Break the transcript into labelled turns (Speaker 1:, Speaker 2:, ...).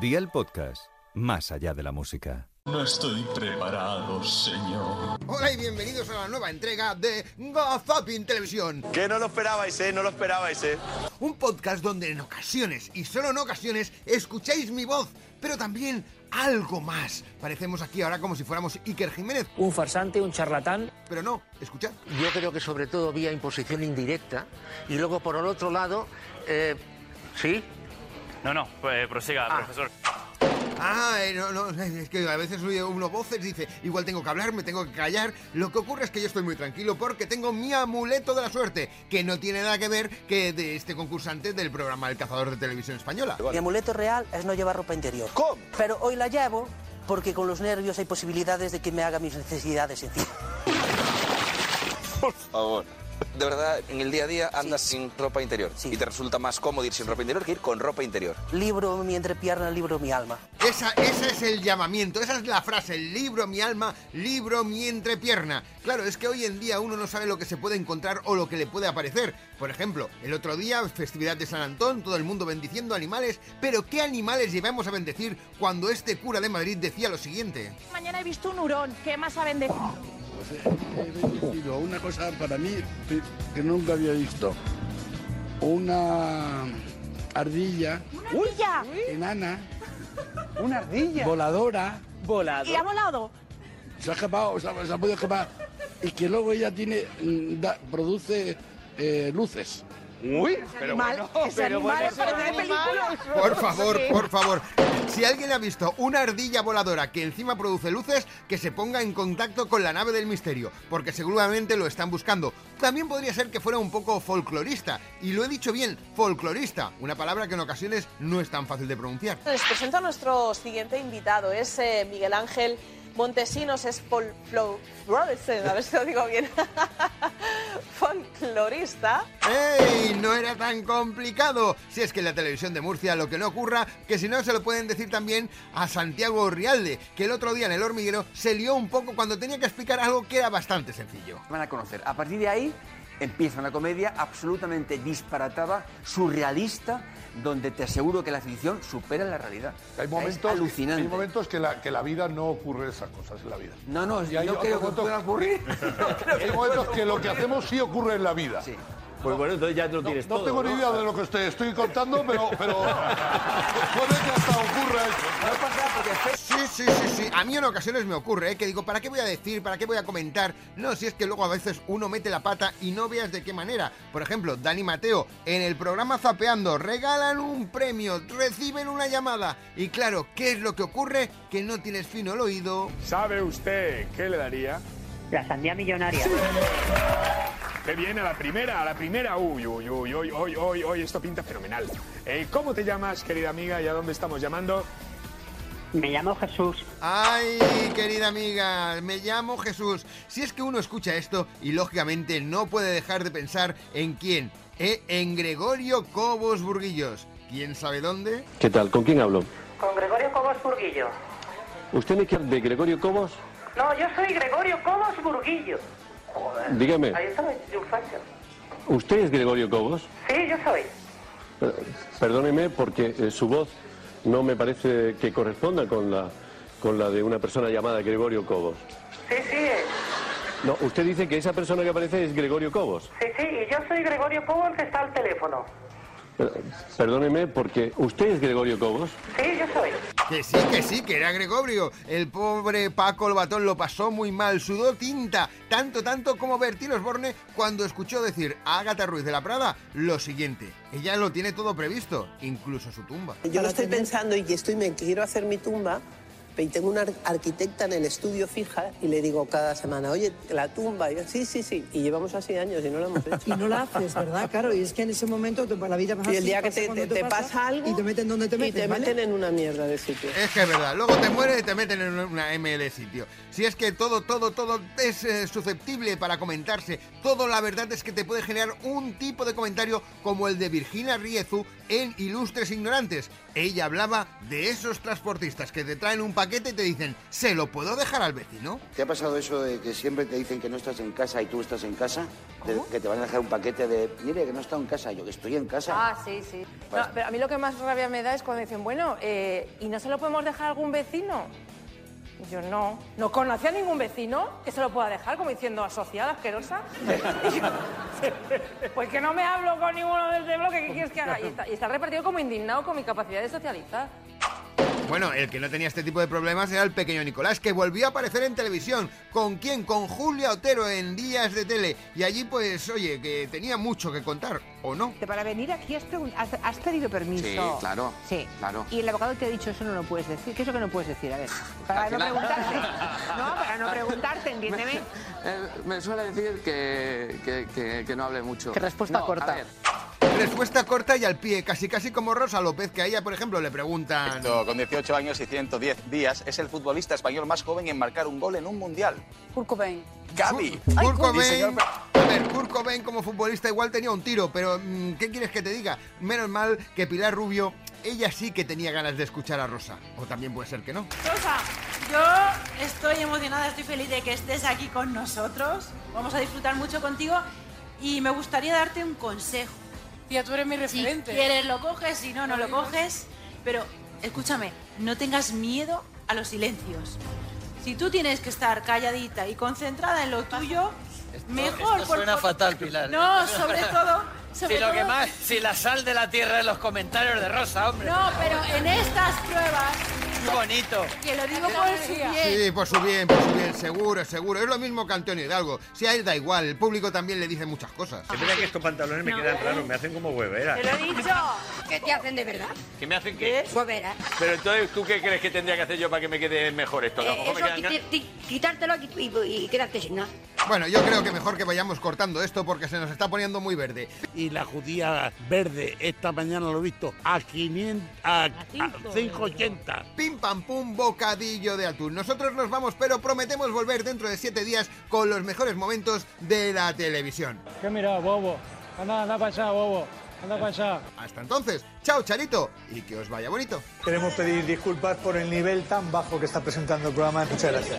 Speaker 1: Día el podcast, más allá de la música.
Speaker 2: No estoy preparado, señor.
Speaker 3: Hola y bienvenidos a la nueva entrega de Gazapin Televisión.
Speaker 4: Que no lo esperabais, ¿eh? No lo esperabais, ¿eh?
Speaker 3: Un podcast donde en ocasiones, y solo en ocasiones, escucháis mi voz, pero también algo más. Parecemos aquí ahora como si fuéramos Iker Jiménez,
Speaker 5: un farsante, un charlatán.
Speaker 3: pero no, escuchad.
Speaker 6: Yo creo que sobre todo vía imposición indirecta y luego por el otro lado, eh, sí,
Speaker 7: No, no, pues prosiga, profesor.
Speaker 3: Ah, eh, no, no, es que a veces oye uno voces dice, igual tengo que hablar, me tengo que callar. Lo que ocurre es que yo estoy muy tranquilo porque tengo mi amuleto de la suerte, que no tiene nada que ver que de este concursante del programa El Cazador de Televisión Española.
Speaker 5: Mi amuleto real es no llevar ropa interior.
Speaker 4: ¿Cómo?
Speaker 5: Pero hoy la llevo porque con los nervios hay posibilidades de que me haga mis necesidades encima.
Speaker 4: Por favor. De verdad, en el día a día andas sin ropa interior.
Speaker 5: Sí.
Speaker 4: Y te resulta más cómodo ir sin ropa interior que ir con ropa interior.
Speaker 5: Libro mi entrepierna, libro mi alma.
Speaker 3: Esa, ese es el llamamiento, esa es la frase, libro mi alma, libro mi entrepierna. Claro, es que hoy en día uno no sabe lo que se puede encontrar o lo que le puede aparecer. Por ejemplo, el otro día, festividad de San Antón, todo el mundo bendiciendo animales, pero ¿qué animales llevamos a bendecir cuando este cura de Madrid decía lo siguiente?
Speaker 8: Mañana he visto un hurón. ¿Qué más ha bendecido?
Speaker 9: Pues, eh, he bendecido una cosa para mí que- que nunca había visto. Una ardilla
Speaker 8: ¡Una ardilla!
Speaker 9: enana. Una ardilla. Voladora.
Speaker 5: Volado.
Speaker 8: ¿Y ha volado?
Speaker 9: Se ha escapado, se ha, se ha podido escapar. Y que luego ella tiene, mm, da- produce eh, luces.
Speaker 8: Mal, ese animal es para hacer películas.
Speaker 3: Por favor, por favor. Si alguien ha visto una ardilla voladora que encima produce luces, que se ponga en contacto con la nave del misterio, porque seguramente lo están buscando. También podría ser que fuera un poco folclorista, y lo he dicho bien, folclorista, una palabra que en ocasiones no es tan fácil de pronunciar.
Speaker 10: Les presento a nuestro siguiente invitado, es eh, Miguel Ángel Montesinos, es Paul Flow a ver si lo digo bien, folclorista.
Speaker 3: ¡Ey! No era tan complicado. Si es que en la televisión de Murcia lo que no ocurra, que si no se lo pueden decir también a Santiago Urrialde, que el otro día en el hormiguero se lió un poco cuando tenía que explicar algo que era bastante sencillo.
Speaker 11: van a conocer. A partir de ahí empieza una comedia absolutamente disparatada, surrealista, donde te aseguro que la ficción supera la realidad.
Speaker 9: Hay
Speaker 11: es alucinante.
Speaker 9: que la, que la vida no ocurre esas cosas en la vida.
Speaker 11: No, no,
Speaker 9: Y hay
Speaker 11: no
Speaker 9: otros
Speaker 11: creo que
Speaker 9: momentos-
Speaker 11: pueda ocurrir. No creo que
Speaker 9: Hay momentos
Speaker 11: pueda
Speaker 9: que lo que
Speaker 11: ocurrir.
Speaker 9: hacemos sí ocurre en la vida.
Speaker 11: Sí.
Speaker 7: Pues bueno, entonces ya lo
Speaker 9: No, no tengo ni idea de lo que os estoy contando, pero, pero puede que hasta ocurra eso.
Speaker 11: No pasa nada porque después-
Speaker 3: Sí, sí, sí, sí. A mí en ocasiones me ocurre, ¿eh? que digo, ¿para qué voy a decir? ¿Para qué voy a comentar? No, si es que luego a veces uno mete la pata y no veas de qué manera. Por ejemplo, Dani Mateo, en el programa Zapeando, regalan un premio, reciben una llamada. Y claro, ¿qué es lo que ocurre? Que no tienes fino el oído.
Speaker 9: ¿Sabe usted qué le daría?
Speaker 5: La sandía millonaria.
Speaker 9: Qué bien, a la primera, a la primera. Uy, uy, uy, uy, uy, uy, uy, esto pinta fenomenal. Eh, ¿Cómo te llamas, querida amiga, y a dónde estamos llamando?
Speaker 5: Me llamo Jesús.
Speaker 3: Ay, querida amiga, me llamo Jesús. Si es que uno escucha esto y lógicamente no puede dejar de pensar en quién. ¿eh? En Gregorio Cobos Burguillos. ¿Quién sabe dónde?
Speaker 7: ¿Qué tal? ¿Con quién hablo?
Speaker 5: Con Gregorio Cobos Burguillo.
Speaker 7: ¿Usted me quiere de Gregorio Cobos?
Speaker 5: No, yo soy Gregorio Cobos Burguillo.
Speaker 7: Dígame,
Speaker 5: estaba triunfando.
Speaker 7: ¿usted es Gregorio Cobos?
Speaker 5: Sí, yo soy.
Speaker 7: Eh, Perdóneme porque eh, su voz no me parece que corresponda con la, con la de una persona llamada Gregorio Cobos.
Speaker 5: Sí, sí,
Speaker 7: No, usted dice que esa persona que aparece es Gregorio Cobos.
Speaker 5: sí, sí. Y yo soy Gregorio Cobos que está al teléfono.
Speaker 7: Eh, Perdóneme porque usted es Gregorio Cobos.
Speaker 5: Sí, yo soy.
Speaker 3: Que sí, que sí, que era Gregorio. El pobre Paco el Batón lo pasó muy mal, sudó tinta, tanto, tanto como Bertín Osborne cuando escuchó decir a Ágata Ruiz de la Prada lo siguiente. Ella lo tiene todo previsto, incluso su tumba.
Speaker 10: Yo lo estoy pensando y estoy, me quiero hacer mi tumba y tengo una ar- arquitecta en el estudio fija y le digo cada semana, oye, la tumba, y yo, sí, sí, sí, y llevamos así años y no la hemos hecho.
Speaker 5: Y no la haces, ¿verdad? Claro, y es que en ese momento te- la vida
Speaker 10: Y el día que te, te- te pasa, algo
Speaker 5: y te meten donde te
Speaker 10: y
Speaker 5: meten,
Speaker 10: te
Speaker 5: ¿vale?
Speaker 10: meten en una mierda de sitio.
Speaker 3: Es que es verdad, luego te mueres y te meten en una M de sitio. Si es que todo, todo, todo es eh, susceptible para comentarse, todo la verdad es que te puede generar un tipo de comentario como el de Virginia Riezu, en Ilustres Ignorantes. Ella hablaba de esos transportistas que te traen un paquete y te dicen, ¿se lo puedo dejar al vecino?
Speaker 12: ¿Te ha pasado eso de que siempre te dicen que no estás en casa y tú estás en casa? Te- que te van a dejar un paquete de, mire, que no está en casa, yo que estoy en casa.
Speaker 13: Ah, sí, sí.
Speaker 10: Pues-
Speaker 13: No, pero a mí lo que más rabia me da es cuando dicen, bueno, eh, ¿y no se lo podemos dejar a algún vecino? Y Yo no. No conocía a ningún vecino que se lo pueda dejar, como diciendo asociada, asquerosa. Y yo, pues que no me hablo con ninguno del este bloque, ¿qué quieres que haga? Y está, y está repartido como indignado con mi capacidad de socializar.
Speaker 3: Bueno, el que no tenía este tipo de problemas era el pequeño Nicolás, que volvió a aparecer en televisión. ¿Con quién? Con Julia Otero en Días de Tele. Y allí, pues, oye, que tenía mucho que contar, ¿o no?
Speaker 14: Para venir aquí has, pregun- has- has pedido permiso.
Speaker 3: Sí, claro,
Speaker 14: Sí.
Speaker 3: claro.
Speaker 14: Y el abogado te ha dicho, eso no lo puedes decir. ¿Qué es lo que no puedes decir? A ver, para no preguntarte. No, para no preguntarte, entiéndeme.
Speaker 15: Me suele decir que, que, que- que no hable mucho.
Speaker 14: Qué respuesta
Speaker 15: No, a
Speaker 14: corta.
Speaker 15: ver.
Speaker 3: Respuesta corta y al pie, casi casi como Rosa López, que a ella, por ejemplo, le preguntan...
Speaker 16: Perfecto, Con 18 años y 110 días, es el futbolista español más joven en marcar un gol en un mundial.
Speaker 13: Kurt Cobain.
Speaker 16: Gaby.
Speaker 3: Kurt
Speaker 16: Y señor
Speaker 3: Cobain... A ver, Kurt Cobain como futbolista igual tenía un tiro, pero mm, ¿qué quieres que te diga? Menos mal que Pilar Rubio, ella sí que tenía ganas de escuchar a Rosa. O también puede ser que no.
Speaker 17: Rosa, yo estoy emocionada, estoy feliz de que estés aquí con nosotros. Vamos a disfrutar mucho contigo y me gustaría darte un consejo. Tía, tú eres mi
Speaker 13: referente.
Speaker 17: Si quieres lo coges, si no, no lo coges. Pero escúchame, no tengas miedo a los silencios. Si tú tienes que estar calladita y concentrada en lo tuyo, mejor.
Speaker 18: Esto suena fatal, Pilar.
Speaker 17: No, sobre todo. sobre
Speaker 18: si lo que
Speaker 17: todo-
Speaker 18: más, si la sal de la tierra en los comentarios de Rosa, hombre.
Speaker 17: No, pero en estas pruebas,
Speaker 18: Qué bonito.
Speaker 17: que lo digo por su bien.
Speaker 3: Sí, por su bien, por su bien, seguro, seguro. Es lo mismo que Antonio Hidalgo. Si a él da igual, el público también le dice muchas cosas.
Speaker 19: Es verdad que estos pantalones me quedan raros, me hacen como huevera.
Speaker 20: dicho. ¿Qué te hacen de verdad?
Speaker 19: ¿Qué me hacen qué?
Speaker 20: Bobera.
Speaker 19: Pero entonces, ¿tú qué crees que tendría que hacer yo para que me quede mejor esto? Que a lo
Speaker 20: Eh,
Speaker 19: mejor me
Speaker 20: eso,
Speaker 19: quedan gan-
Speaker 20: quit- ti- quitártelo y, y- y quedarte sin nada.
Speaker 3: Bueno, yo creo que mejor que vayamos cortando esto porque se nos está poniendo muy verde.
Speaker 21: Y la judía verde, esta mañana lo he visto, a 500, a, a
Speaker 3: cinco
Speaker 21: 580.
Speaker 3: Pim pam pum, bocadillo de atún. Nosotros nos vamos, pero prometemos volver dentro de siete días con los mejores momentos de la televisión.
Speaker 22: ¿Qué mira, bobo? Anda, anda para allá, bobo. Anda para allá.
Speaker 3: Hasta entonces, chao Charito y que os vaya bonito.
Speaker 23: Queremos pedir disculpas por el nivel tan bajo que está presentando el programa. Muchas gracias.